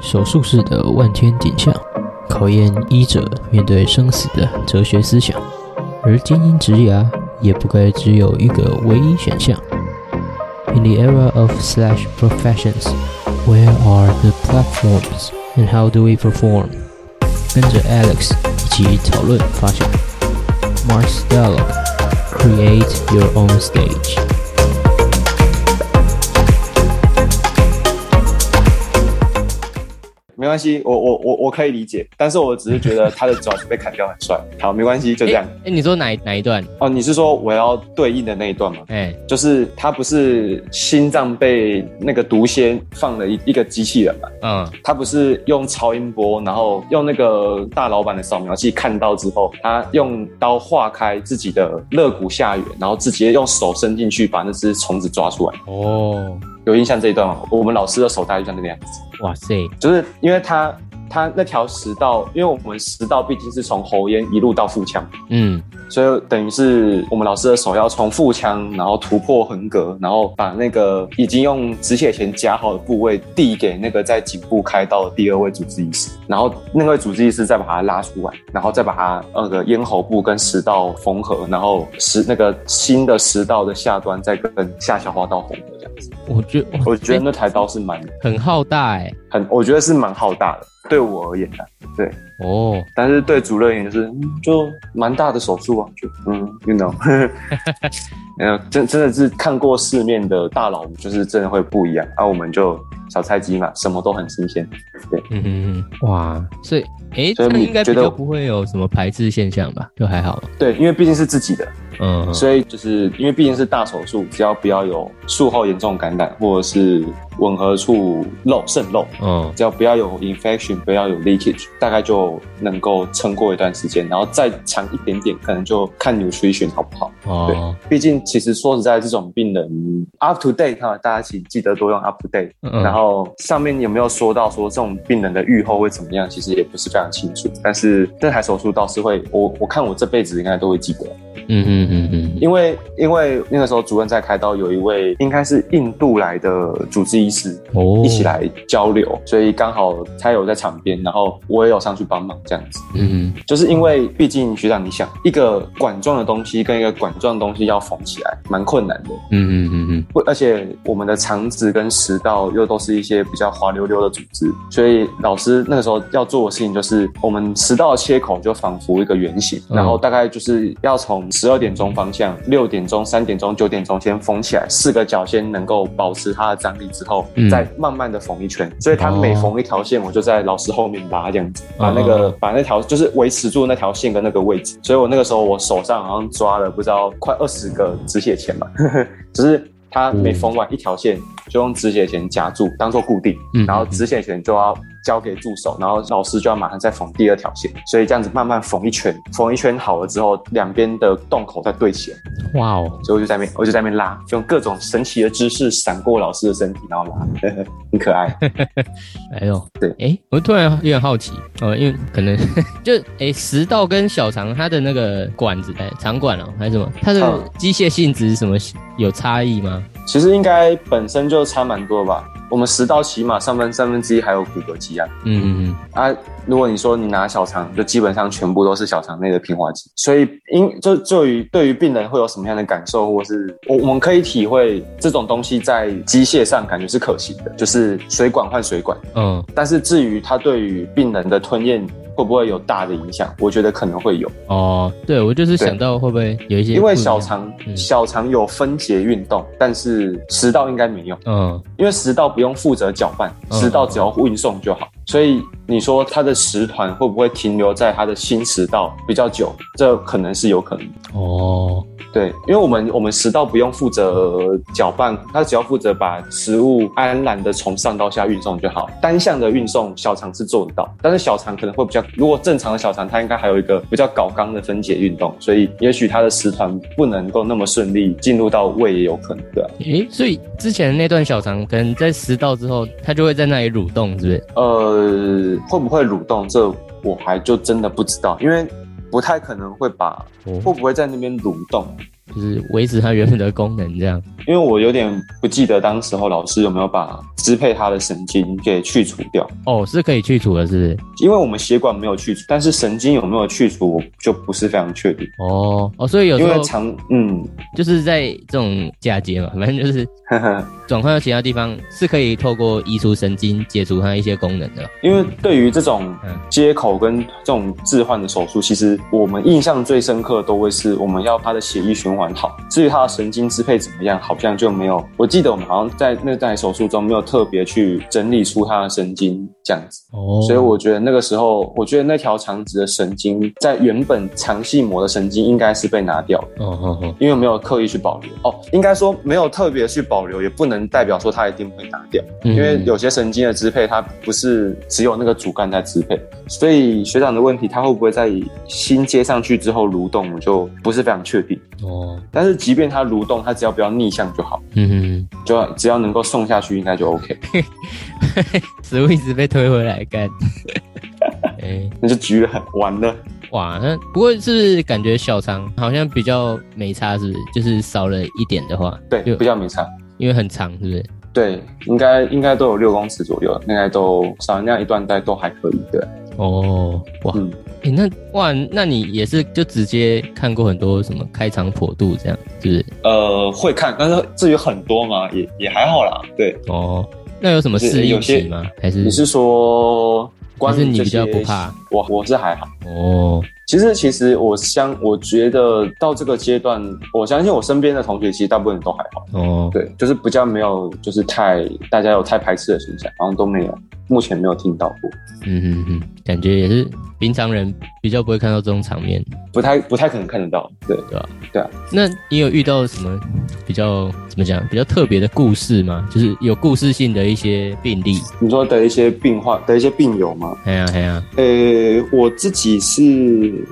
手术式的万千景象，考验医者面对生死的哲学思想。而精英职涯也不该只有一个唯一选项。In the era of slash professions, where are the platforms and how do we perform？跟着 Alex 一起讨论发想。Mars Dialogue, create your own stage. 没关系，我我我我可以理解，但是我只是觉得他的爪子被砍掉很帅。 好，没关系，就这样。哎、你说哪哪一段？哦，你是说我要对应的那一段吗？哎、就是他不是心脏被那个毒蝎放了一一个机器人嘛？嗯，他不是用超音波，然后用那个大老板的扫描器看到之后，他用刀划开自己的肋骨下缘，然后直接用手伸进去把那只虫子抓出来。哦，有印象这一段吗？我们老师的手大概就像那个样子。哇塞，就是因为它它那条食道，因为我们食道毕竟是从喉咽一路到腹腔，嗯，所以等于是我们老师的手要从腹腔，然后突破横膈，然后把那个已经用止血钳夹好的部位递给那个在颈部开刀的第二位主治医师，然后那位主治医师再把它拉出来，然后再把它那个咽喉部跟食道缝合，然后食那个新的食道的下端再跟下消化道缝合这样子。我觉得哇我觉得那台刀是蛮很浩大哎、很，我觉得是蛮浩大的，对我而言啊。哦，但是对主任也就是嗯就蛮大的手术啊，就嗯，you know，没有真真的是看过世面的大佬，就是真的会不一样。啊，我们就小菜鸡嘛，什么都很新鲜。嗯哼哼，哇，所以哎、这所以个你应该比觉得较不会有什么排斥现象吧？就还好，对，因为毕竟是自己的，嗯，所以就是因为毕竟是大手术，只要不要有术后严重感染或者是吻合处漏渗漏，嗯，只要不要有 infection，不要有 leakage，大概就能够撑过一段时间，然后再长一点点，可能就看 nutrition 好不好。哦，毕竟，其实说实在，这种病人 up to date 哈，大家请记得多用 up to date。嗯然后上面有没有说到说这种病人的愈后会怎么样？其实也不是非常清楚。但是这台手术倒是会，我我看我这辈子应该都会记得，嗯嗯嗯嗯嗯，因为因为那个时候主任在开刀，有一位应该是印度来的主治医师，哦，一起，来交流，所以刚好他有在场边，然后我也有上去帮忙这样子。嗯哼，就是因为毕竟学长，你想一个管状的东西跟一个管状的东西要缝起来，蛮困难的。嗯嗯嗯嗯，不而且我们的肠子跟食道又都是一些比较滑溜溜的组织，所以老师那个时候要做的事情就是，我们食道的切口就仿佛一个圆形，嗯然后大概就是要从十二点钟方向、六点钟、三点钟、九点钟先缝起来，四个角先能够保持它的张力之后，嗯再慢慢的缝一圈。所以它哦每缝一条线，我就在老师后面拉这样子，把那嗯嗯个嗯把那条就是维持住那条线跟那个位置，所以我那个时候我手上好像抓了不知道快二十个止血钳吧， 就是它每缝完一条线就用止血钳夹住当做固定，嗯然后止血钳就要交给助手，然后老师就要马上再缝第二条线，所以这样子慢慢缝一圈，缝一圈好了之后，两边的洞口再对起来，哇哦，所以我就在那边我就在那边拉，用各种神奇的姿势闪过老师的身体，然后拉， 很可爱。哎呦，对哎、我突然有点好奇，呃，因为可能 就哎、食道跟小肠它的那个管子，哎、肠管哦、还是什么，它的嗯机械性质是什么有差异吗？其实应该本身就差蛮多吧。我们食道起码上分三分之一还有骨骼肌啊。嗯嗯啊，如果你说你拿小肠，就基本上全部都是小肠内的平滑肌，所以因就对于对于病人会有什么样的感受，或是我我们可以体会这种东西在机械上感觉是可行的，就是水管换水管。嗯，但是至于它对于病人的吞咽会不会有大的影响，我觉得可能会有。哦，对，我就是对想到会不会有一些因为不一小样，肠嗯小肠有分解运动，但是食道应该没有，嗯因为食道不用负责搅拌，嗯食道只要运送就好。所以你说它的食团会不会停留在它的新食道比较久？这可能是有可能。哦，对，因为我们我们食道不用负责搅拌，它只要负责把食物安然的从上到下运送就好。单向的运送，小肠是做得到，但是小肠可能会比较，如果正常的小肠，它应该还有一个比较搞纲的分解运动，所以也许它的食团不能够那么顺利进入到胃也有可能，对啊。哎、所以之前那段小肠可能在食道之后，它就会在那里蠕动，是不是？呃，会不会蠕动，这我还就真的不知道，因为不太可能会把哦会不会在那边蠕动，就是维持它原本的功能这样。因为我有点不记得当时候老师有没有把支配它的神经给去除掉，哦，是可以去除的，是不是？因为我们血管没有去除，但是神经有没有去除，我就不是非常确定。哦哦，所以有时因为候常嗯， 就是在这种嫁接嘛， 反正就是呵呵，转换到其他地方是可以透过移除神经解除它一些功能的。因为对于这种嗯接口跟这种置换的手术，其实我们印象最深刻的都会是我们要它的血液循环好，至于它的神经支配怎么样，好像就没有。我记得我们好像在那台手术中没有特别去整理出它的神经这样子。哦所以我觉得那个时候，我觉得那条肠子的神经在原本肠系膜的神经应该是被拿掉的，哦哦哦，因为没有刻意去保留。哦，应该说没有特别去保留，也不能代表说它一定会拿掉，因因为有些神经的支配它不是只有那个主干在支配，所以学长的问题，它会不会在新接上去之后蠕动，我就不是非常确定。哦，但是即便它蠕动，它只要不要逆向就好，嗯就只要能够送下去，应该就 OK。哼，嗯 食物一直被推回来 干。哎、那就局了，完了。哇，那不过是不是感觉小肠好像比较没差，是不是？就是少了一点的话，对，就比较没差。因为很长，是不是？对，应该应该都有六公尺左右，应该都少那样一段带都还可以。对，哦，哇，嗯，诶那哇，那你也是就直接看过很多什么开肠破肚这样，是不是？呃，会看，但是至于很多嘛，也也还好啦。对，哦，那有什么适应期吗？还是你是说嗯关还是于你这比较些，不怕？我我是还好。哦，其实其实我相我觉得到这个阶段，我相信我身边的同学其实大部分人都还好。哦，对，就是比较没有，就是太大家有太排斥的现象，好像都没有，目前没有听到过，嗯嗯嗯，感觉也是平常人比较不会看到这种场面，不太不太可能看得到。对，对吧？对啊。那你有遇到什么比较怎么讲比较特别的故事吗？就是有故事性的一些病例？你说的一些病患的一些病友吗？哎呀哎呀，呃，我自己是，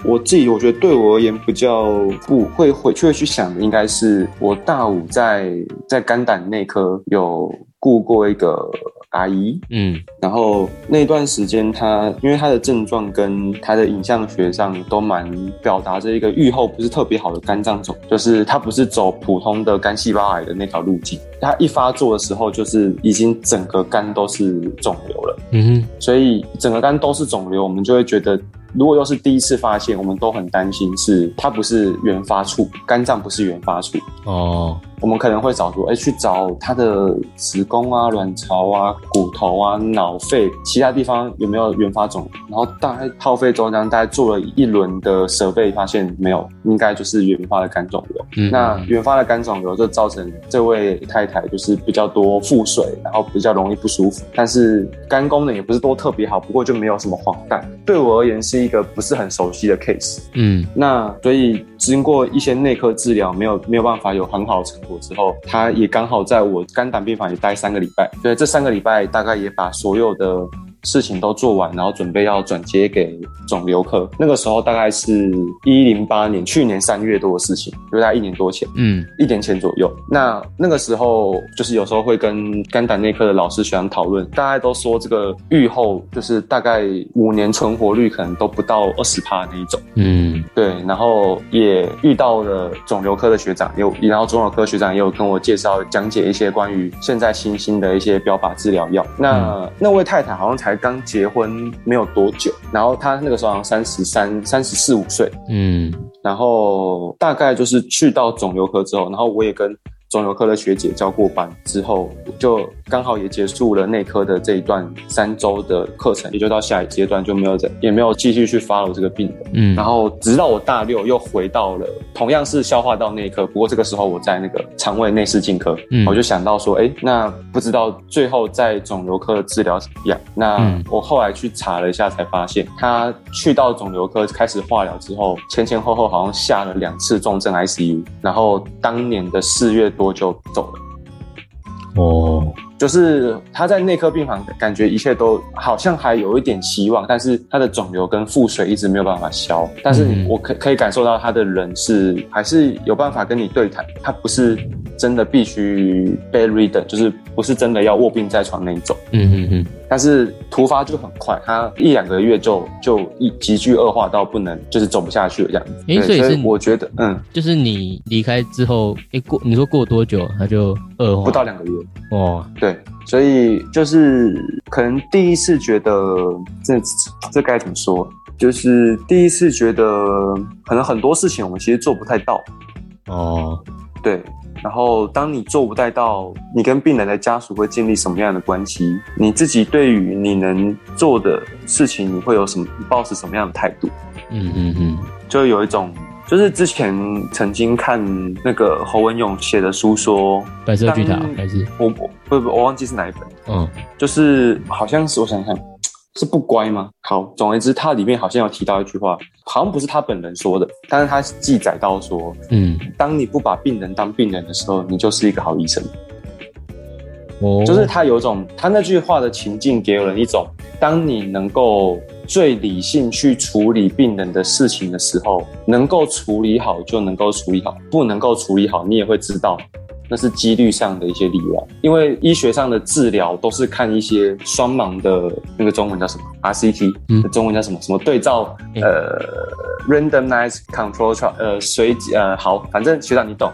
我自己我觉得对我而言比较不会回去会去想的，应该是我大五在在肝胆内科有雇过一个阿姨，嗯，然后那段时间她因为她的症状跟她的影像学上都蛮表达着一个预后不是特别好的肝脏肿，就是她不是走普通的肝细胞癌的那条路径，她一发作的时候就是已经整个肝都是肿瘤了。嗯所以整个肝都是肿瘤，我们就会觉得，如果又是第一次发现，我们都很担心是它不是原发处，肝脏不是原发处，哼，哦，我们可能会找出，哎、去找它的子宫啊、卵巢啊、骨头啊、脑肺其他地方有没有原发肿瘤，然后大概耗费周章，大概做了一轮的设备，发现没有，应该就是原发的肝肿瘤。嗯，那原发的肝肿瘤就造成这位太太就是比较多腹水，然后比较容易不舒服，但是肝功能也不是多特别好，不过就没有什么黄疸。对我而言是一个不是很熟悉的 case。嗯那所以经过一些内科治疗，没有没有办法有很好的成果之后，他也刚好在我肝胆病房也待三个礼拜，对，这三个礼拜大概也把所有的事情都做完，然后准备要转接给肿瘤科。那个时候大概是一零八年，去年三月多的事情，就大概一年多前。嗯一年前左右。那那个时候，就是有时候会跟肝胆内科的老师学长讨论，大家都说这个预后就是大概五年存活率可能都不到二十趴那一种。嗯对，然后也遇到了肿瘤科的学长，有然后肿瘤科学长也有跟我介绍讲解一些关于现在新兴的一些标靶治疗药。那、那位太太好像才刚结婚没有多久，然后她那个时候好像三十三、三十四五岁，嗯然后大概就是去到肿瘤科之后，然后我也跟肿瘤科的学姐交过班之后，就刚好也结束了内科的这一段三周的课程，也就到下一阶段就没有再也没有继续去 follow 这个病人。嗯，然后直到我大六又回到了同样是消化道内科，不过这个时候我在那个肠胃内视镜科，嗯我就想到说，哎，那不知道最后在肿瘤科的治疗怎么样？那嗯我后来去查了一下，才发现他去到肿瘤科开始化疗之后，前前后后好像下了两次重症 ICU，然后当年的四月多就走了。哦，就是他在内科病房，感觉一切都好像还有一点希望，但是他的肿瘤跟腹水一直没有办法消。但是嗯我可可以感受到他的人是还是有办法跟你对谈，他不是真的必须被 read，就是不是真的要卧病在床那一种。嗯嗯嗯，但是突发就很快，他一两个月就就一急剧恶化到不能，就是走不下去了这样子。诶对所以所是以我觉得，嗯，就是你离开之后，哎、过你说过多久它就恶化？不到两个月，哦，对，所以就是可能第一次觉得这这该怎么说？就是第一次觉得可能很多事情我们其实做不太到，哦，对。然后当你做不太到，你跟病人的家属会建立什么样的关系？你自己对于你能做的事情，你会有什么抱持什么样的态度？嗯嗯嗯，就有一种。就是之前曾经看那个侯文勇写的书说，白色巨塔当还是我我不不我忘记是哪一本，嗯就是好像是我想想看，是不乖吗？好，总而言之，它里面好像有提到一句话，好像不是他本人说的，但是他记载到说，嗯，当你不把病人当病人的时候，你就是一个好医生。哦，就是他有一种他那句话的情境给人一种，当你能够最理性去处理病人的事情的时候，能够处理好就能够处理好，不能够处理好你也会知道。那是几率上的一些例外，因为医学上的治疗都是看一些双盲的那个中文叫什么 RCT，、嗯中文叫什么什么对照嗯呃 randomized control trial 呃随机呃好，反正学长你懂。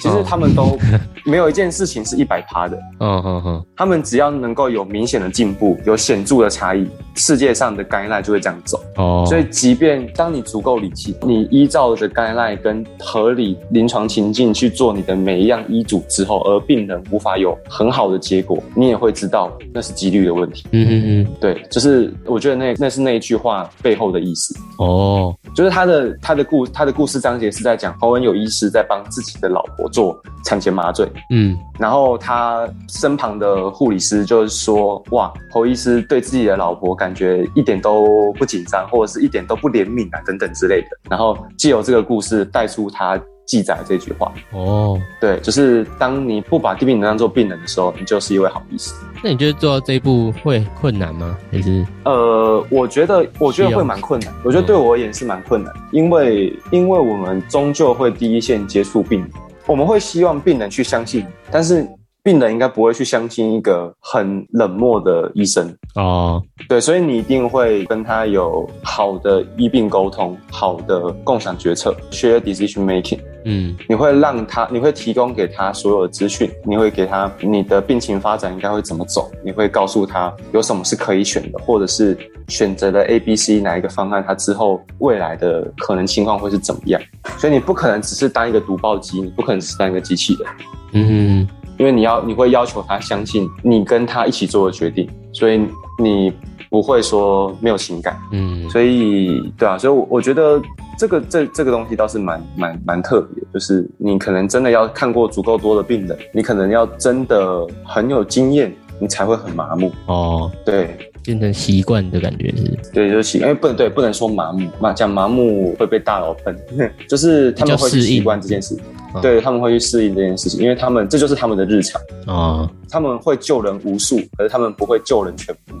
其实哦他 们都没有一件事情是一百趴的，嗯嗯嗯，他们只要能够有明显的进步，有显著的差异，世界上的 guideline 就会这样走。哦，所以，即便当你足够理性，你依照着 guideline 跟合理临床情境去做你的每一样医嘱之后，而病人无法有很好的结果，你也会知道那是几率的问题。嗯嗯嗯，对，就是我觉得那那是那一句话背后的意思。哦，就是他的他的故他的故事章节是在讲侯文有医师在帮自己的老婆做产前麻醉，嗯，然后他身旁的护理师就是说，哇，侯医师对自己的老婆感觉一点都不紧张，或者是一点都不怜悯啊，等等之类的。然后借由这个故事带出他记载这句话，哦，对，就是当你不把病人当做病人的时候，你就是一位好医师。那你觉得做到这一步会困难吗？还是呃，我觉得，我需觉得要嗯会蛮困难。我觉得对我而言是蛮困难，因为因为我们终究会第一线接触病人，我们会希望病人去相信，但是病人应该不会去相信一个很冷漠的医生。哦，对，所以你一定会跟他有好的医病沟通，好的共享决策 （shared decision making）。嗯你会让他，你会提供给他所有的资讯，你会给他你的病情发展应该会怎么走，你会告诉他有什么是可以选的，或者是选择了 A、B、C 哪一个方案，他之后未来的可能情况会是怎么样。所以你不可能只是当一个读报机，你不可能只是当一个机器人，嗯嗯因为你要你会要求他相信你跟他一起做的决定，所以你不会说没有情感。嗯，所以，对啊，所以我我觉得这个这这个东西倒是蛮蛮蛮特别的，就是你可能真的要看过足够多的病人，你可能要真的很有经验，你才会很麻木。哦，对变成习惯的感觉是对，就是因为不能对不能说麻木，嘛讲麻木会被大佬喷， 就是他们会去比较适应习惯这件事情嗯，对他们会去适应这件事情，因为他们这就是他们的日常，哦，他们会救人无数，可是他们不会救人全部。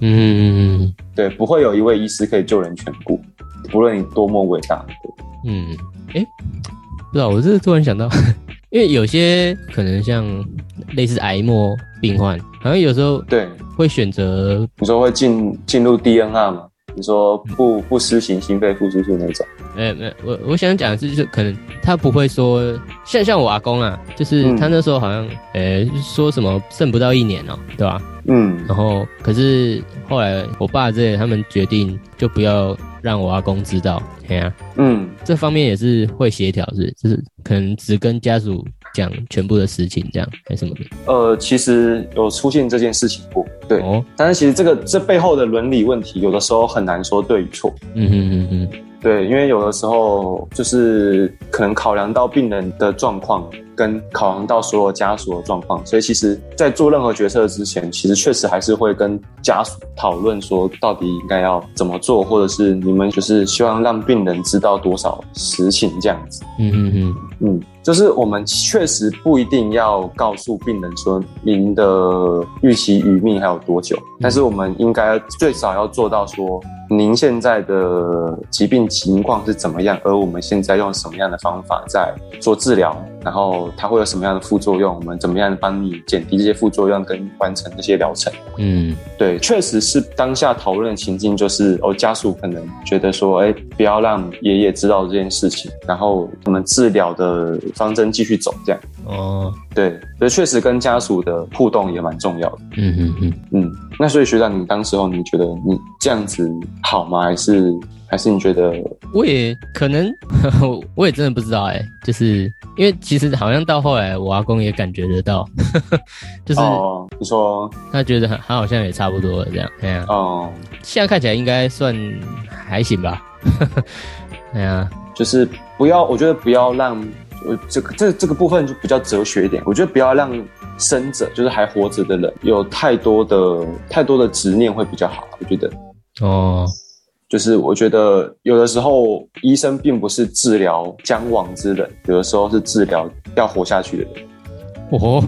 嗯嗯嗯对，不会有一位医师可以救人全部，不论你多么伟大。对嗯，哎、不知道，我是突然想到， 因为有些可能像类似癌末病患，好像有时候对，会选择你说会进进入 DNR 吗？你说不不施行心肺复苏术那种？呃，没有，我我想讲的是，就是可能他不会说，像像我阿公啊，就是嗯他那时候好像，呃、说什么剩不到一年哦、对吧、嗯然后可是后来我爸这里他们决定就不要让我阿公知道，哎呀、嗯，这方面也是会协调，是就是可能只跟家属讲全部的事情，这样还是什么的。呃，其实有出现这件事情过，对。哦，但是其实这个这背后的伦理问题，有的时候很难说对与错，嗯嗯嗯嗯，对，因为有的时候就是可能考量到病人的状况，跟考量到所有家属的状况，所以其实在做任何决策之前，其实确实还是会跟家属讨论说，到底应该要怎么做，或者是你们就是希望让病人知道多少实情这样子。嗯嗯嗯，嗯，就是我们确实不一定要告诉病人说您的预期余命还有多久，但是我们应该最少要做到说您现在的疾病情况是怎么样，而我们现在用什么样的方法在做治疗，然后它会有什么样的副作用，我们怎么样帮你减低这些副作用跟完成这些疗程。嗯对，确实是当下讨论的情境，就是哦，家属可能觉得说，哎，不要让爷爷知道这件事情，然后我们治疗的方针继续走，这样。哦，对，所以确实跟家属的互动也蛮重要的。嗯嗯嗯，嗯，那所以学长，你当时候你觉得你这样子好吗？还是还是你觉得我也可能， 我也真的不知道哎、就是因为其实好像到后来，我阿公也感觉得到， 就是哦，你说他觉得他他好像也差不多了这样。哎呀、哦，现在看起来应该算还行吧。 哎呀，就是不要，我觉得不要让呃这个这这个部分就比较哲学一点。我觉得不要让生者，就是还活着的人，有太多的太多的执念会比较好。我觉得，哦，就是我觉得有的时候医生并不是治疗将亡之人，有的时候是治疗要活下去的人。哦，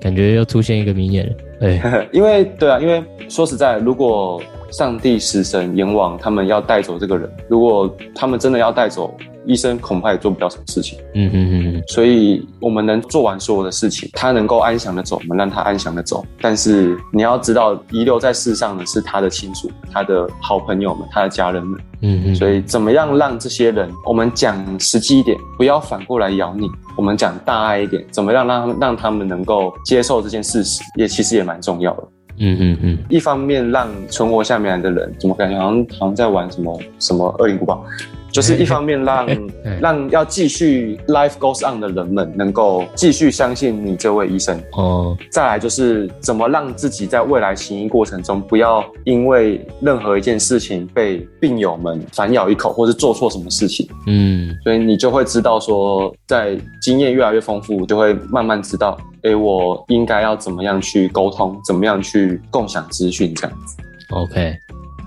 感觉又出现一个名言了。哎， 因为对啊，因为说实在，如果上帝、食神、阎王他们要带走这个人，如果他们真的要带走，医生恐怕也做不了什么事情。嗯嗯嗯所以我们能做完所有的事情，他能够安详的走，我们让他安详的走。但是你要知道，遗留在世上的是他的亲属、他的好朋友们、他的家人们。嗯嗯，所以怎么样让这些人，我们讲实际一点，不要反过来咬你。我们讲大爱一点，怎么样让让他们能够接受这件事实，也其实也蛮重要的。嗯嗯嗯，一方面让存活下面来的人，怎么感觉好像好像在玩什么什么恶灵古堡，就是一方面让嗯让要继续 life goes on 的人们能够继续相信你这位医生。哦，再来就是怎么让自己在未来行医过程中，不要因为任何一件事情被病友们反咬一口，或是做错什么事情。嗯所以你就会知道说，在经验越来越丰富，就会慢慢知道，诶，我应该要怎么样去沟通，怎么样去共享资讯，这样子。 ，OK，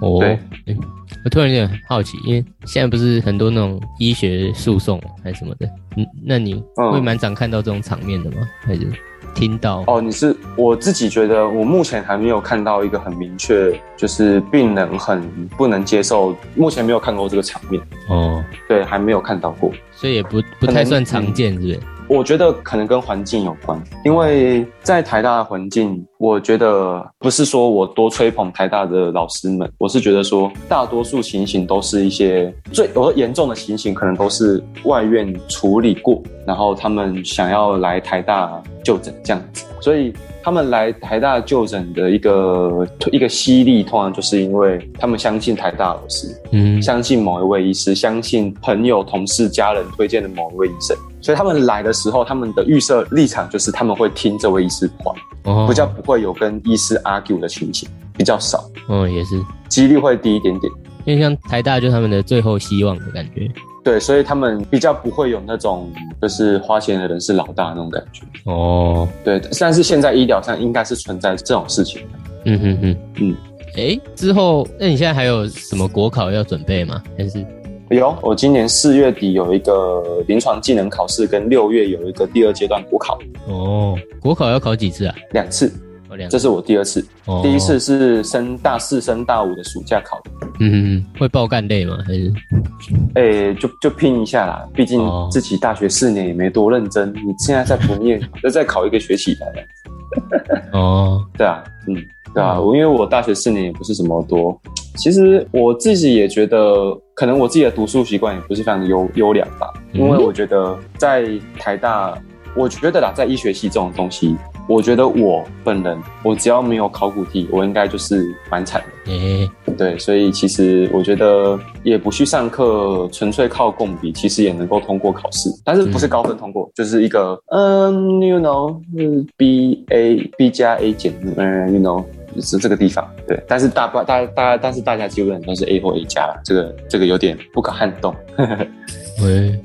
哦，对诶我突然有点好奇，因为现在不是很多那种医学诉讼还是什么的，嗯，那你嗯会蛮常看到这种场面的吗？还是听到？哦，你是我自己觉得，我目前还没有看到一个很明确，就是病人很不能接受，目前没有看过这个场面，哦，对，还没有看到过。所以也不不太算常嗯见，是不是？我觉得可能跟环境有关，因为在台大的环境，我觉得不是说我多吹捧台大的老师们，我是觉得说大多数情形都是一些最我说严重的情形，可能都是外院处理过，然后他们想要来台大就诊这样子，所以。他们来台大就诊的一个一个吸力，通常就是因为他们相信台大老师，嗯，相信某一位医师，相信朋友、同事、家人推荐的某一位医生，所以他们来的时候，他们的预设立场就是他们会听这位医师的话，哦比较不会有跟医师 argue 的情形，比较少，嗯，也是，几率会低一点点。因为像台大就是他们的最后希望的感觉。对，所以他们比较不会有那种就是花钱的人是老大那种感觉。哦，对，但是现在医疗上应该是存在这种事情。嗯哼哼，嗯，哎，之后那你现在还有什么国考要准备吗？还是有，我今年四月底有一个临床技能考试，跟六月有一个第二阶段补考哦，国考要考几次啊？两次，哦，两这是我第二次。哦第一次，是升大四升大五的暑假考，嗯，哼哼，会爆干累吗？还是诶、就就拼一下啦，毕竟哦自己大学四年也没多认真，你现在再不念， 那再考一个学期来了，哦，对啊，嗯，对啊，我因为我大学四年也不是什么多，其实我自己也觉得，可能我自己的读书习惯也不是非常优优良吧，嗯因为我觉得在台大，我觉得啦，在医学系这种东西，我觉得我本人，我只要没有考古题，我应该就是蛮惨的。哎，对，所以其实我觉得也不去上课，纯粹靠共笔，其实也能够通过考试，但是不是高分通过，就是一个嗯，you know，嗯，B A B 加 A 减，嗯，you know。是这个地方，对，但是大大大大，但是大家基本上都是 A 或 A 加啦，这个这个有点不可撼动，喂，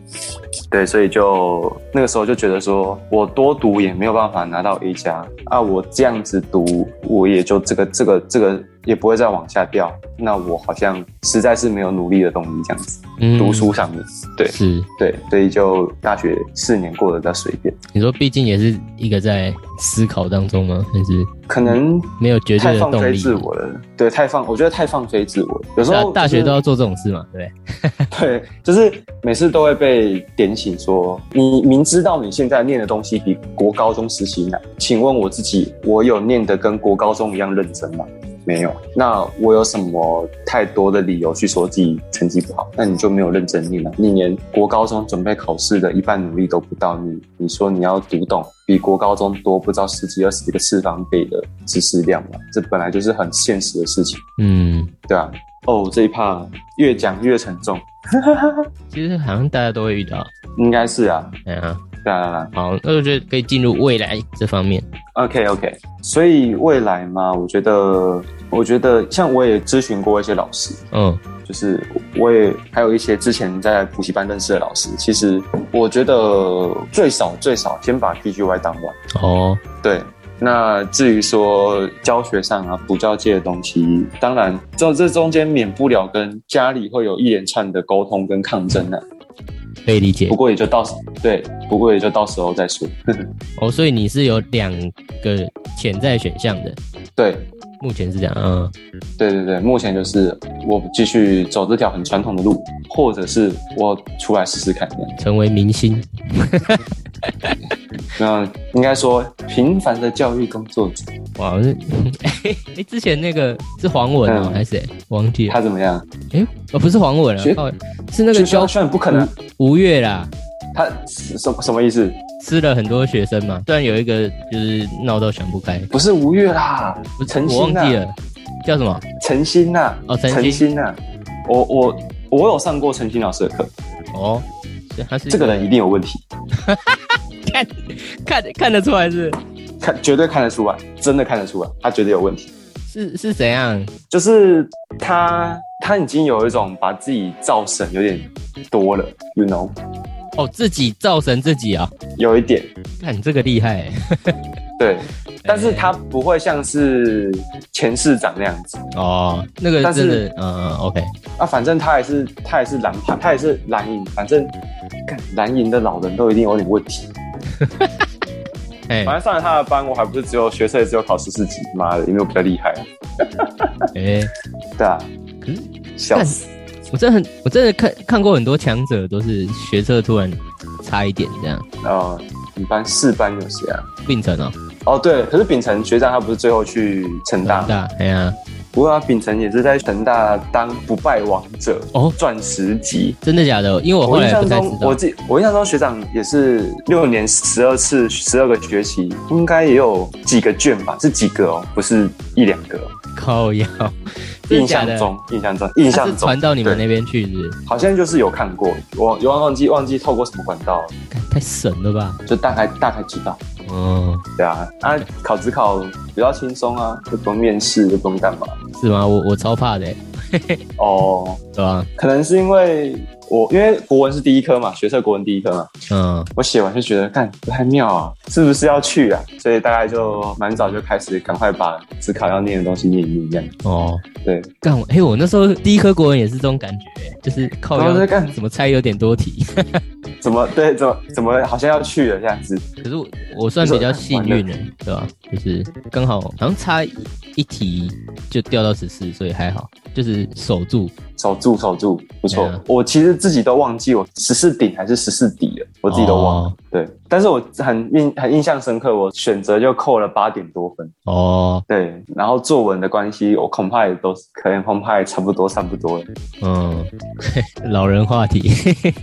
对，所以就那个时候就觉得说，我多读也没有办法拿到 A 加啊，我这样子读，我也就这个这个这个也不会再往下掉。那我好像实在是没有努力的动力，这样子。嗯读书上面，对是对，所以就大学四年过得比较随便，你说，毕竟也是一个在思考当中吗？还是可能没有绝太对的放动飞力？自我了。对，太放，我觉得太放飞自我了。有时是啊候、大学都要。要做这种事嘛，对 对，就是每次都会被点醒说，你明知道你现在念的东西比国高中时期难，请问我自己，我有念的跟国高中一样认真吗？没有，那我有什么太多的理由去说自己成绩不好？那你就没有认真念了、你连国高中准备考试的一半努力都不到，你你说你要读懂比国高中多不知道十几二十个次方倍的知识量嘛？这本来就是很现实的事情，嗯，对啊。哦，这一趴越讲越沉重，其实好像大家都会遇到。应该是啊，哎呀、对啊对啊好，那我觉得可以进入未来这方面。 ，OK OK。所以未来嘛，我觉得，我觉得像我也咨询过一些老师，嗯就是我也还有一些之前在补习班认识的老师。其实我觉得最少最少先把 PGY 当完。哦，对，那至于说教学上啊，补教界的东西，当然这这中间免不了跟家里会有一连串的沟通跟抗争啊。可以理解不。过也就到时对，不过也就到时候再说。哦，所以你是有两个潜在选项的，对，目前是这样。嗯，对对对，目前就是我继续走这条很传统的路，或者是我出来试试看这样。成为明星。那应该说，平凡的教育工作者，哇， 我是哎、之前那个是黄文哦、嗯还是谁？忘记了。他怎么样？哎、哦，不是黄文啊学，哦是那个学校教嗯虽然不可能，吴越啦，他什么什么意思？吃了很多学生嘛。虽然有一个就是闹到想不开，不是吴越啦不，陈我忘星啊记呐，了叫什么。陈星呐，哦陈星陈星呐，我我我有上过陈星老师的课，哦，是他是一这个人一定有问题， 看看看得出来是看绝对看得出来，真的看得出来，他绝对有问题。是是怎样？就是他他已经有一种把自己造神有点多了，you know，哦，自己造神自己啊、有一点。看这个厉害、 对，但是他不会像是前市长那样子哦，那个但真是的，嗯嗯，OK，啊，反正他也是他也是蓝牌，他也是蓝营，反正干蓝营的老人都一定有点问题。哎反正上了他的班，我还不是只有学测，只有考十四级，妈的，有没有比较厉害？哎，对啊，可是笑死，我真的很，我真的看看过很多强者都是学测突然差一点这样，哦，你班四班有谁啊？并成哦，哦，对，可是秉承学长他不是最后去成大大，大，哎呀，不过他秉承也是在成大当不败王者哦钻石级，真的假的？因为我后我印来不象太知中，道我，记我印象中学长也是六年十二次十二个学期，应该也有几个卷吧，是几个哦，不是一两个哦。 靠腰，真印的假象的？中，印象中，印它是象传中，到你们对那边去是不是？好像就是有看过，我有忘记忘记透过什么管道，看太神了吧？就大概大概知道。嗯，对啊，啊，考只考比较轻松啊，又不用面试，又不用干嘛。是吗？我我超怕的、欸，哦，对吧？可能是因为我因为国文是第一科嘛，学测国文第一科嘛，嗯，我写完就觉得，干不太妙啊，是不是要去啊？所以大概就蛮早就开始，赶快把只考要念的东西念一念，这样哦，对，干我，哎、我那时候第一科国文也是这种感觉、欸就是靠然后腰在，干怎么猜有点多题。怎么对怎么怎么好像要去了这样子，可是我我算比较幸运的、对吧、就是刚好好像差一一题就掉到十四，所以还好，就是守住。守住守住，不错。对啊我其实自己都忘记我十四顶还是十四底了，我自己都忘了。哦对，但是我很印很印象深刻，我选择就扣了八点多分。哦，对，然后作文的关系，我恐怕也都是可能恐怕也差不多差不多了。嗯， 老人话题，嘿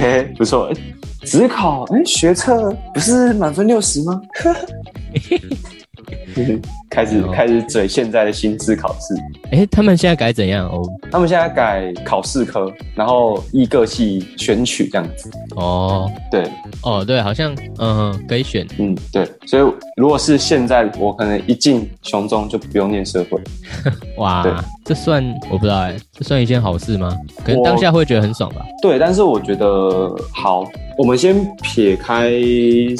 嘿， 不错。诶哎只考哎、诶学测不是满分六十吗？ 开始开始嘴现在的新制考试，哎、他们现在改怎样？哦他们现在改考试科，然后依各系选取这样子。哦对，哦，对，好像嗯可以选，嗯，对，所以如果是现在，我可能一进雄中就不用念社会。哇对，这算我不知道哎、这算一件好事吗？可能我当下会觉得很爽吧。对，但是我觉得好，我们先撇开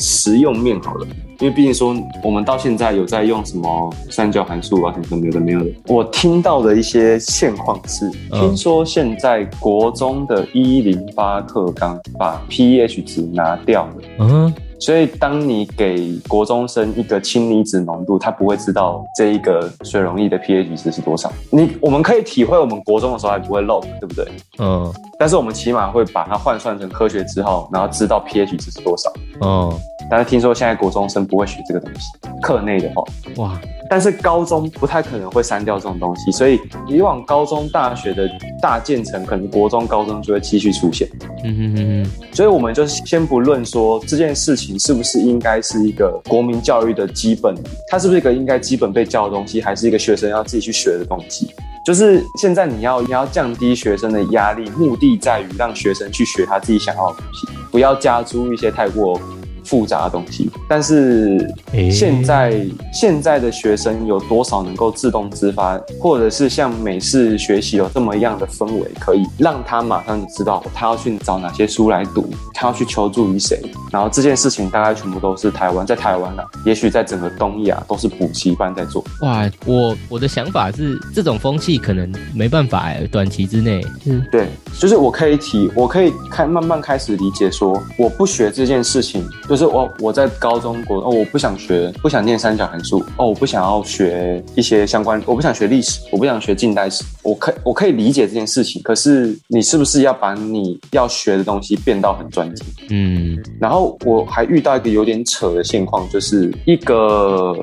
实用面好了。因为毕竟说我们到现在有在用什么三角函数啊什么什么有的没有的。我听到的一些现况是，嗯听说现在国中的一零八课纲把 pH 值拿掉了。嗯，所以，当你给国中生一个氢离子浓度，他不会知道这一个水溶液的 pH 值是多少。你我们可以体会，我们国中的时候还不会漏，对不对？哦，但是我们起码会把它换算成科学之后，然后知道 pH 值是多少。哦，但是听说现在国中生不会学这个东西，课内的话，哦哇，但是高中不太可能会删掉这种东西，所以以往高中、大学的大建成，可能国中、高中就会继续出现。嗯哼哼哼，所以，我们就先不论说这件事情是不是应该是一个国民教育的基本，它是不是一个应该基本被教的东西，还是一个学生要自己去学的东西。就是现在你要你要降低学生的压力，目的在于让学生去学他自己想要的东西，不要加诸一些太过复杂的东西。但是诶现在、现在的学生有多少能够自动自发，或者是像美式学习有这么样的氛围，可以让他马上就知道他要去找哪些书来读，他要去求助于谁。然后这件事情大概全部都是台湾在台湾啊，也许在整个东亚都是补习班在做。哇，我我的想法是，这种风气可能没办法、欸，短期之内，嗯，对，就是我可以体，我可以开慢慢开始理解说，我不学这件事情，就是我我在高中国哦，我不想学，不想念三角函数，哦，我不想要学一些相关，我不想学历史，我不想学近代史，我可我可以理解这件事情，可是你是不是要把你要学的东西变到很专精？嗯，然后我还遇到一个有点扯的现况，就是一个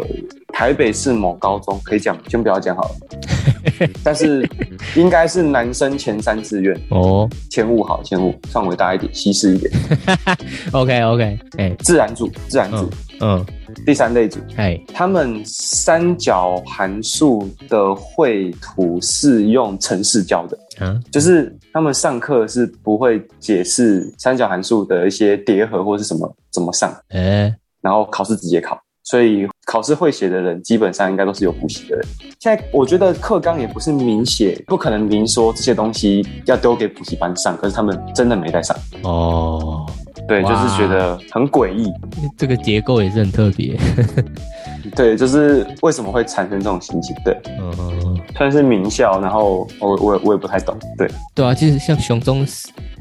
台北市某高中，可以讲先不要讲好了，但是应该是男生前三志愿。哦前五好，前五范围大一点，西式一点， ，OK OK，哎、自然组，自然组嗯，嗯，第三类组，哎，他们三角函数的绘图是用程式教的，啊，就是他们上课是不会解释三角函数的一些叠合或是什么怎么上，哎、然后考试直接考，所以考试会写的人基本上应该都是有补习的人。现在我觉得课纲也不是明写，不可能明说这些东西要丢给补习班上，可是他们真的没在上，哦，对，就哇是觉得很诡异。这个结构也是很特别，对，就是为什么会产生这种心情？对，嗯，虽然是名校，然后我我我也不太懂。对，对啊，就是像熊中，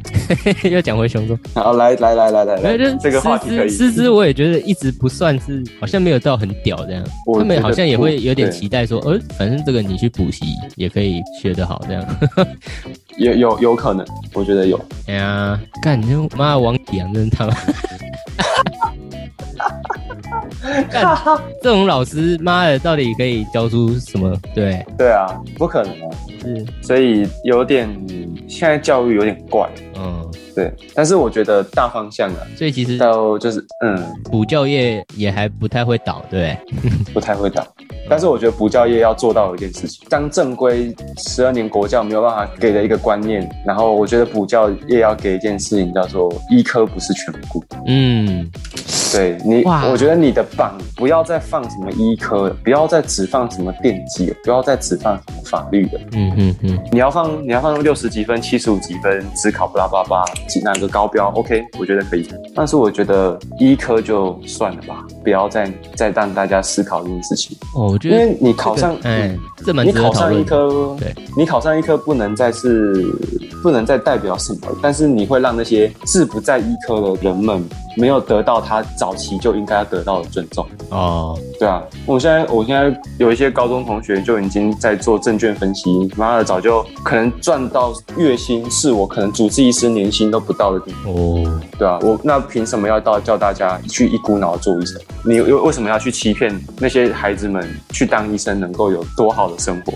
要讲回熊中，然后来来来来来没有，就来是，哎这个话题可以。师资我也觉得一直不算是，好像没有到很屌这样。我他们觉得好像也会有点对期待说，呃，反正这个你去补习也可以学得好这样。有有有可能，我觉得有。哎呀，干你就妈的王阳真他妈！干这种老师，妈的，到底可以教出什么？对，对啊，不可能啊，是，所以有点现在教育有点怪。嗯，对，但是我觉得大方向啊，所以其实到就是嗯，补教业也还不太会倒，对不不太会打。但是我觉得补教业要做到一件事情，当正规十二年国教没有办法给的一个观念，然后我觉得补教业要给一件事情叫做医科不是全部。对？嗯，对你，哇我觉得你的榜不要再放什么医科了，不要再只放什么电机了，不要再只放什么法律了。嗯嗯嗯，你要放你要放六十几分、七十五几分，只考不拉巴巴，几拿个高标，OK，我觉得可以。但是我觉得医科就算了吧，不要再再让大家思考这件事情，哦，我觉因得为你考上，哎，这蛮你值得考讨上论医的。科，对，你考上医科不能再是不能再代表什么，但是你会让那些志不在医科的人们没有得到他早期就应该要得到的尊重。哦，对啊，我现在我现在有一些高中同学就已经在做证券分析，妈的早就可能赚到月薪是我可能主治医师年薪都不到的地步，哦，对啊，我那凭什么要到叫大家去一股脑做医生？你又为什么要去欺骗那些孩子们去当医生能够有多好的生活？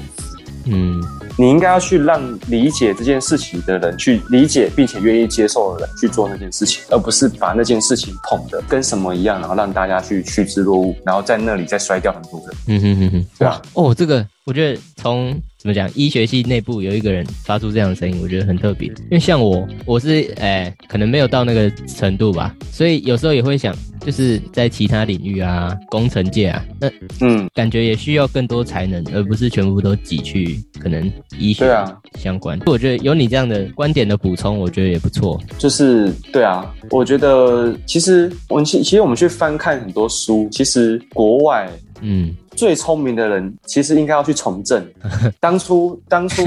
嗯，你应该要去让理解这件事情的人去理解，并且愿意接受的人去做那件事情，而不是把那件事情捧得跟什么一样，然后让大家去趋之若鹜，然后在那里再摔掉很多人。嗯哼哼哼，对啊哇，哦，这个我觉得从怎么讲，医学系内部有一个人发出这样的声音，我觉得很特别。因为像我，我是诶、呃可能没有到那个程度吧，所以有时候也会想，就是在其他领域啊，工程界啊，那嗯，感觉也需要更多才能，而不是全部都挤去可能医学对啊相关。我觉得有你这样的观点的补充，我觉得也不错。就是对啊，我觉得其实我们其其实我们去翻看很多书，其实国外嗯，最聪明的人其实应该要去从政。 当初当初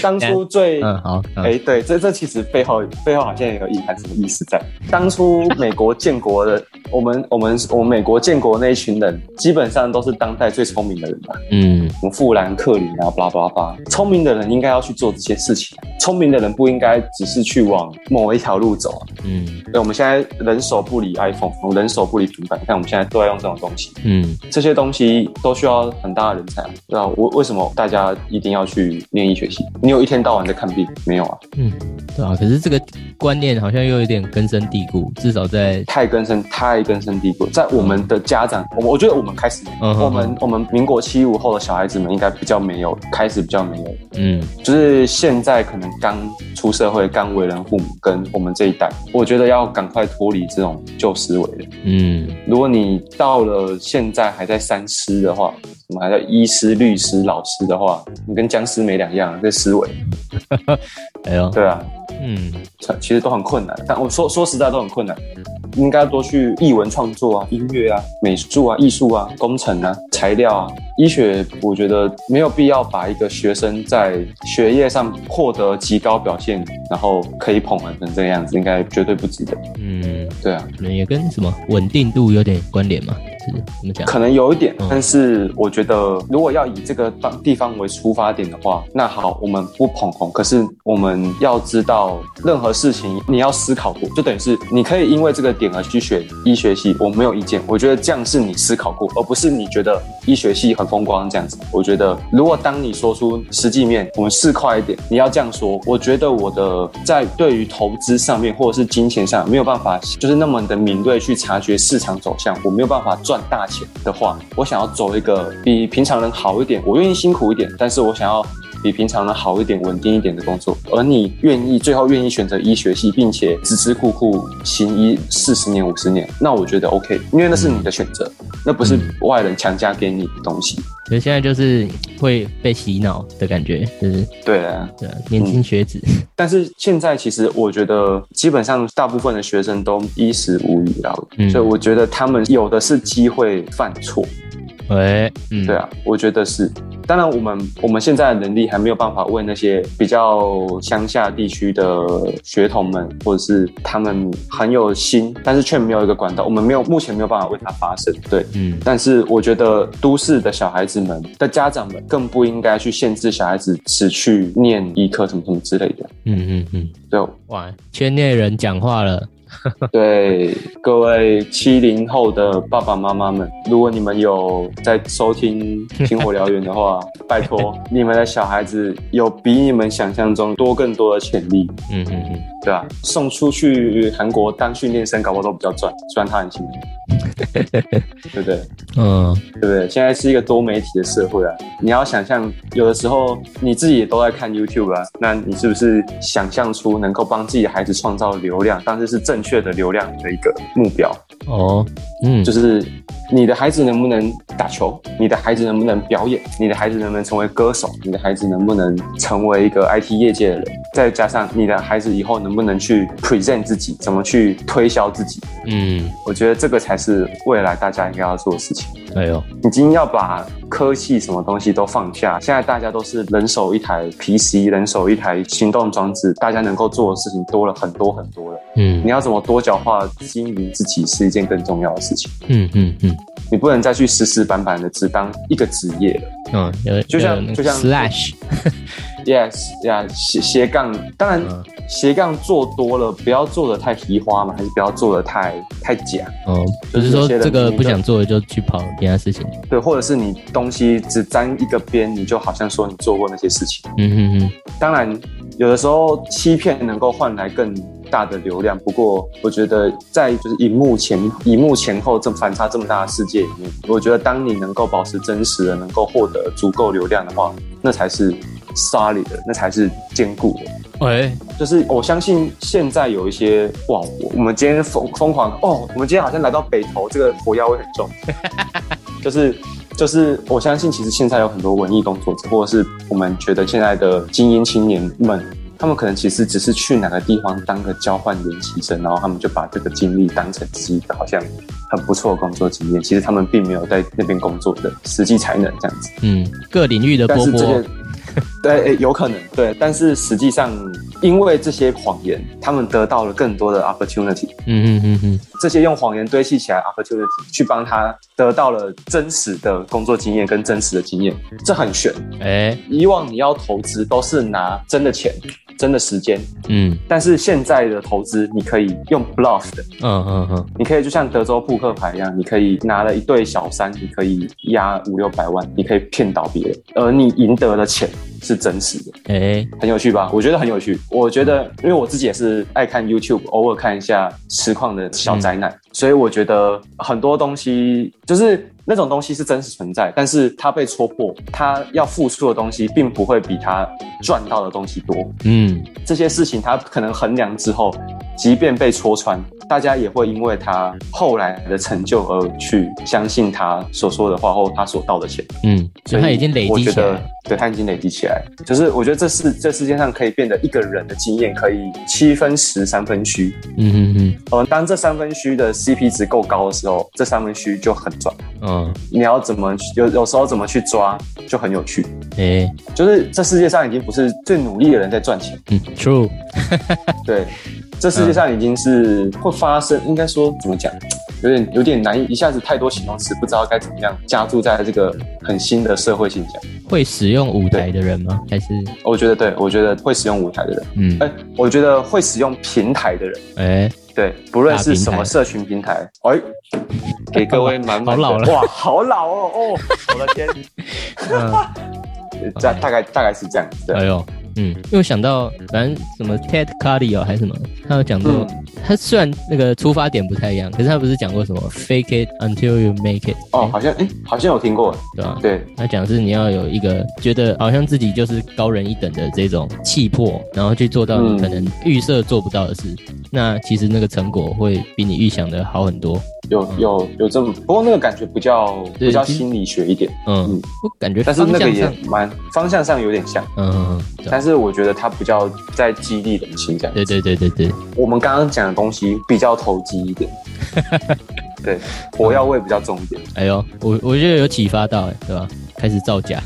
当初最嗯，好，嗯哎、对，这这其实背后背后好像也有隐含什么意思在。当初美国建国的，我们我们我们美国建国那一群人，基本上都是当代最聪明的人嘛，嗯，什么富兰克林啊，巴拉巴拉巴拉。聪明的人应该要去做这些事情，啊聪明的人不应该只是去往某一条路走啊。嗯，对，我们现在人手不离 iPhone，我们人手不离平板，你看我们现在都在用这种东西，嗯，这些东西都需要很大的人才啊。那为为什么大家一定要去念医学系？你有一天到晚在看病没有啊？嗯，对啊。可是这个观念好像又有点根深蒂固，至少在太根深太根深蒂固，在我们的家长，我们我觉得我们开始，嗯哼我们我们民国七五后的小孩子们应该比较没有，开始比较没有，嗯就是现在可能刚出社会、刚为人父母，跟我们这一代，我觉得要赶快脱离这种旧思维了。嗯如果你到了现在还在三师的话，什么还在医师、律师、老师的话，你跟僵尸没两样，这思维，哎呦对啊，嗯其实都很困难。但我说说实在都很困难，应该多去译文创作啊、音乐啊、美术啊、艺术啊、工程啊、材料啊。医学我觉得没有必要把一个学生在学业上获得极高表现，然后可以捧完成这个样子，应该绝对不值得。嗯，对啊，可能也跟什么稳定度有点关联嘛，是怎么讲？可能有一点嗯，但是我觉得如果要以这个当地方为出发点的话，那好，我们不捧红，可是我们要知道任何事情你要思考过，就等于是你可以因为这个点而去选医学系，我没有意见，我觉得这样是你思考过，而不是你觉得医学系很风光这样子。我觉得如果当你说出实际面，我们市侩一点，你要这样说，我觉得我的在对于投资上面或者是金钱上没有办法，就是那么的敏锐去察觉市场走向，我没有办法赚大钱的话，我想要走一个比平常人好一点，我愿意辛苦一点，但是我想要。比平常人好一点、稳定一点的工作，而你愿意最后愿意选择医学系，并且孜孜酷酷行医四十年、五十年，那我觉得 OK，因为那是你的选择，那不是外人强加给你的东西。可是现在就是会被洗脑的感觉，就是对啊，对啊、年轻学子，但是现在其实我觉得，基本上大部分的学生都衣食无余了，嗯所以我觉得他们有的是机会犯错。喂，嗯，对啊，我觉得是。当然，我们我们现在的能力还没有办法为那些比较乡下地区的学童们，或者是他们很有心，但是却没有一个管道，我们没有目前没有办法为他发声。对，嗯但是我觉得都市的小孩子们的家长们更不应该去限制小孩子只去念医科什么什么之类的。嗯嗯嗯，对，哇，圈内人讲话了，对各位七零后的爸爸妈妈们，如果你们有在收听《星火燎原》的话，拜托你们的小孩子有比你们想象中多更多的潜力，嗯嗯嗯，对吧、送出去韩国当训练生，搞不好都比较赚，虽然他很辛苦，对不对？嗯，对不对？现在是一个多媒体的社会啊，你要想象，有的时候你自己也都在看 YouTube 啊，那你是不是想象出能够帮自己的孩子创造流量，但是是正确的流量的一个目标？哦，嗯，就是你的孩子能不能打球，你的孩子能不能表演，你的孩子能不能成为歌手，你的孩子能不能成为一个 IT 业界的人，再加上你的孩子以后能不能去 present 自己，怎么去推销自己，嗯，我觉得这个才是未来大家应该要做的事情。哎呦，已经要把科技什么东西都放下，现在大家都是人手一台 PC，人手一台行动装置，大家能够做的事情多了很多很多了。嗯你要怎么多角化经营自己是一件更重要的事情。嗯嗯嗯，你不能再去死死板板的只当一个职业了。嗯，有就像有那个就像 slash， Yes，呀、斜斜杠，当然、嗯斜杠做多了，不要做的太皮花嘛，还是不要做的太太假。哦，不就是是说有些人这个明明不就想做的就去跑其他事情，对，或者是你东西只沾一个边，你就好像说你做过那些事情。嗯嗯嗯，当然，有的时候欺骗能够换来更大的流量，不过我觉得在就是荧幕前荧幕前后这反差这么大的世界里面，我觉得当你能够保持真实的，能够获得足够流量的话，那才是 solid 的，那才是坚固的。哎，就是哦我相信现在有一些哇，我我们今天疯疯狂哦，我们今天好像来到北投，这个火药味很重，就是。就是我相信，其实现在有很多文艺工作者，或者是我们觉得现在的精英青年们，他们可能其实只是去哪个地方当个交换研习生，然后他们就把这个经历当成是一个好像很不错的工作经验。其实他们并没有在那边工作的实际才能这样子。嗯，各领域的但波是这波些，对、诶有可能对，但是实际上，因为这些谎言，他们得到了更多的 opportunity。嗯嗯嗯嗯，这些用谎言堆砌起来的 opportunity，去帮他得到了真实的工作经验跟真实的经验，这很悬。哎，以往你要投资都是拿真的钱、真的时间，嗯但是现在的投资你可以用 bluff 的，嗯嗯嗯，你可以就像德州扑克牌一样，你可以拿了一对小三，你可以压五六百万，你可以骗倒别人，而你赢得的钱是真实的。哎，很有趣吧？我觉得很有趣。我觉得，因为我自己也是爱看 YouTube，偶尔看一下实况的小灾难，所以我觉得很多东西就是那种东西是真实存在，但是它被戳破，它要付出的东西并不会比它赚到的东西多。嗯这些事情它可能衡量之后，即便被戳穿，大家也会因为他后来的成就而去相信他所说的话或他所道的歉。嗯，所以他已经累我积觉起得来了，对他已经累积起来。就是我觉得这世这世界上可以变得一个人的经验可以七分实三分虚，嗯嗯嗯呃，当这三分虚的 CP 值够高的时候，这三分虚就很赚。嗯，你要怎么去有有时候怎么去抓就很有趣。哎，就是这世界上已经不是最努力的人在赚钱，嗯，True，对，这嗯世界上已经是会发生，应该说怎么讲？有点有点难以，一下子太多形容词，不知道该怎么样加注在这个很新的社会现象。会使用舞台的人吗？还是我觉得对，我觉得会使用舞台的人，嗯哎、我觉得会使用平台的人，哎，对，不论大是平台什么社群平台，哎、给各位满满 好的老了哇，好老哦哦，我的天，嗯大大概大概是这样， 对，哎呦，嗯，因为我想到反正什么 Ted Cardy 哦，还是什么，他有讲过，嗯他虽然那个出发点不太一样，可是他不是讲过什么 fake it until you make it 哦，哎好像哎、好像有听过，对吧？对，他讲的是你要有一个觉得好像自己就是高人一等的这种气魄，然后去做到你嗯可能预设做不到的事，那其实那个成果会比你预想的好很多。有有有这么，不过那个感觉比较对比较其实心理学一点，嗯，嗯我感觉但是方那个向也上，蛮方向上有点像，嗯嗯嗯，对但是我觉得它比较在激励人心这样。对对对对对，我们刚刚讲的东西比较投机 一点，对，火药味比较重一点。哎呦，我我觉得有启发到、哎，对吧？开始造假，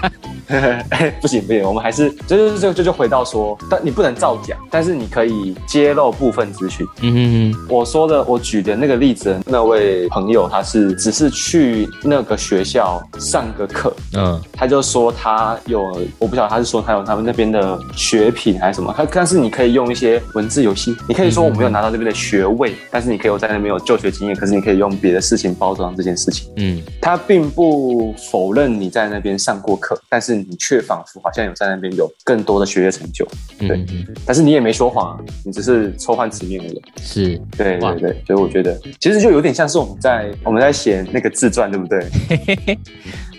不行不行，我们还是这就是这就就回到说，但你不能造假，但是你可以揭露部分资讯。嗯哼哼，我说的我举的那个例子的那位朋友，他是只是去那个学校上个课，嗯。他就说他有，我不晓得他是说他有他们那边的学品还是什么，他但是你可以用一些文字游戏，你可以说我没有拿到这边的学位，但是你可以有在那边有就学经验，可是你可以用别的事情包装这件事情。嗯他并不否认你在那边上过课，但是你却仿佛好像有在那边有更多的学业成就，嗯，对嗯但是你也没说谎啊，你只是抽换词面而已。是，对哇对对，所以我觉得其实就有点像是我们在我们在写那个自传，对不对？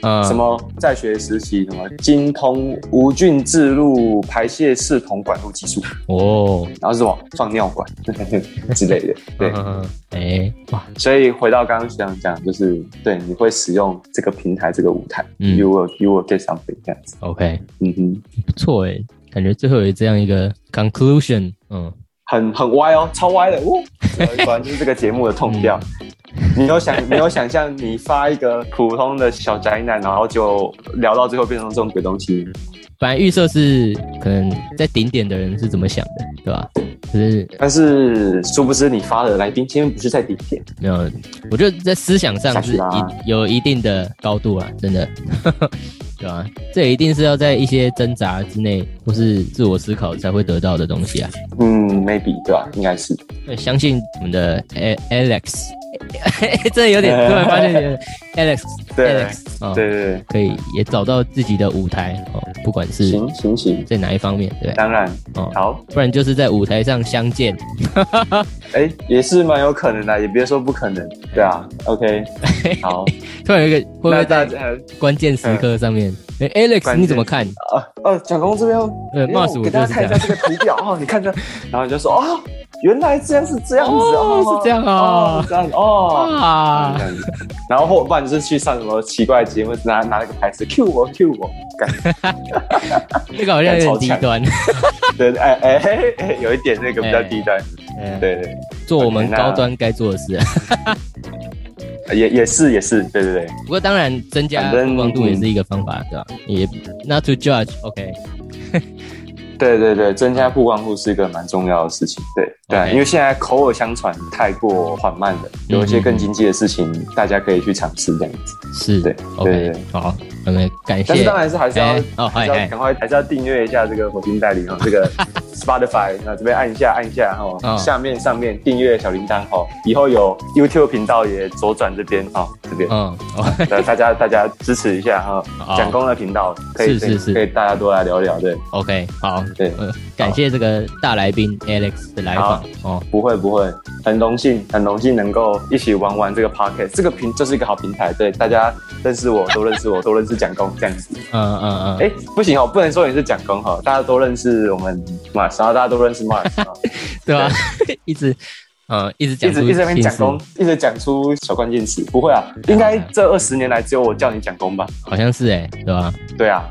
呃，什？么在学时期什么精通无菌制入排泄视同管路技术，哦，然后是什么放尿管 之类的，对。嗯，哎，哇，所以回到刚刚学长讲，就是对你会使用这个平台这个舞台、嗯 y o u will you will get something 这样子， ，OK，嗯哼。不错哎，感觉最后有这样一个 conclusion，嗯，很很歪哦，超歪的，呜、 哦，果然就是这个节目的痛调。嗯你有想，你有想象你发一个普通的小宅男，然后就聊到最后变成这种鬼东西，本来预设是可能在顶点的人是怎么想的，对吧？可是但是殊不知你发的来宾今天不是在顶点，没有，我觉得在思想上是下去啦一有一定的高度啊，真的， 对吧、这也一定是要在一些挣扎之内或是自我思考才会得到的东西啊。嗯，maybe 对吧？应该是，对，相信我们的 A- Alex，这有点突然发现有点 Alex，对 Alex，哦，对对可以也找到自己的舞台哦，不管对，是行行行，在哪一方面，对不对？当然，哦，好，不然就是在舞台上相见，哎、也是蛮有可能的，也别说不可能，哎、对啊，OK，好， 突然有一个会不那会大在家嗯关键时刻上面？哎，Alex，关键你怎么看？啊呃，蒋公这边要，呃因为，Mars，我我就给大是家这看一样下。这个图表哦，你看这，然后你就说哦，原来这样是这样子哦哦，是这样哦哦，是这样子哦。啊这，样子然后或不然就是去上什么奇怪的节目，拿拿那个牌子 Q 我 Q 我，感这个好像有点低端。对，哎哎嘿嘿有一点那个比较低端， 哎对对做我们 OK，那高端该做的事。对，也也是也是，对对对， 不过当然增加反正曝光度也是一个方法，对嗯吧？也 not to judge，OK，对对对，增加曝光度是一个蛮重要的事情。对对啊 OK 因为现在口耳相传太过缓慢了，有一些嗯更经济的事情，大家可以去尝试这样子。是对对 OK 对。好，我们感但谢是当然是还是要哎。哦，还嗨是要嗨赶快，还是要订阅一下这个火星代理哦，这个 Spotify，那这边按一下，按一下哦，嗯下面上面订阅小铃铛哦，以后有 YouTube 频道也左转这边哦，这边，嗯，哦， 呃大家大家支持一下哈好，蒋公的频道可以是是是可以大家多来聊聊，对， OK，好，对呃，感谢这个大来宾 Alex 的来访哦，不会不会，很荣幸，很荣幸能够一起玩玩这个 Pocket，这个平这是一个好平台，对大家认识我，都认 识我，都认识蒋公这样子。嗯嗯哎、不行哦，不能说你是蒋公哈，大家都认识我们 Mars，然后大家都认识 Mars，啊嗯，对吧？ 一直嗯一直一讲直出一直在那边心蒋事公，一直讲出小关键词，不会啊，应该这二十年来只有我叫你蒋公吧？好像是哎，对吧？对啊，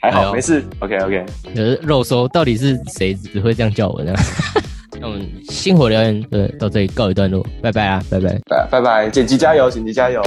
还哎好呦没事，OK OK，可是肉搜到底是谁只会这样叫我呢？ 那我们星火燎原，对，到这里告一段落，拜拜啊，拜拜。拜拜拜，剪辑加油，剪辑加油。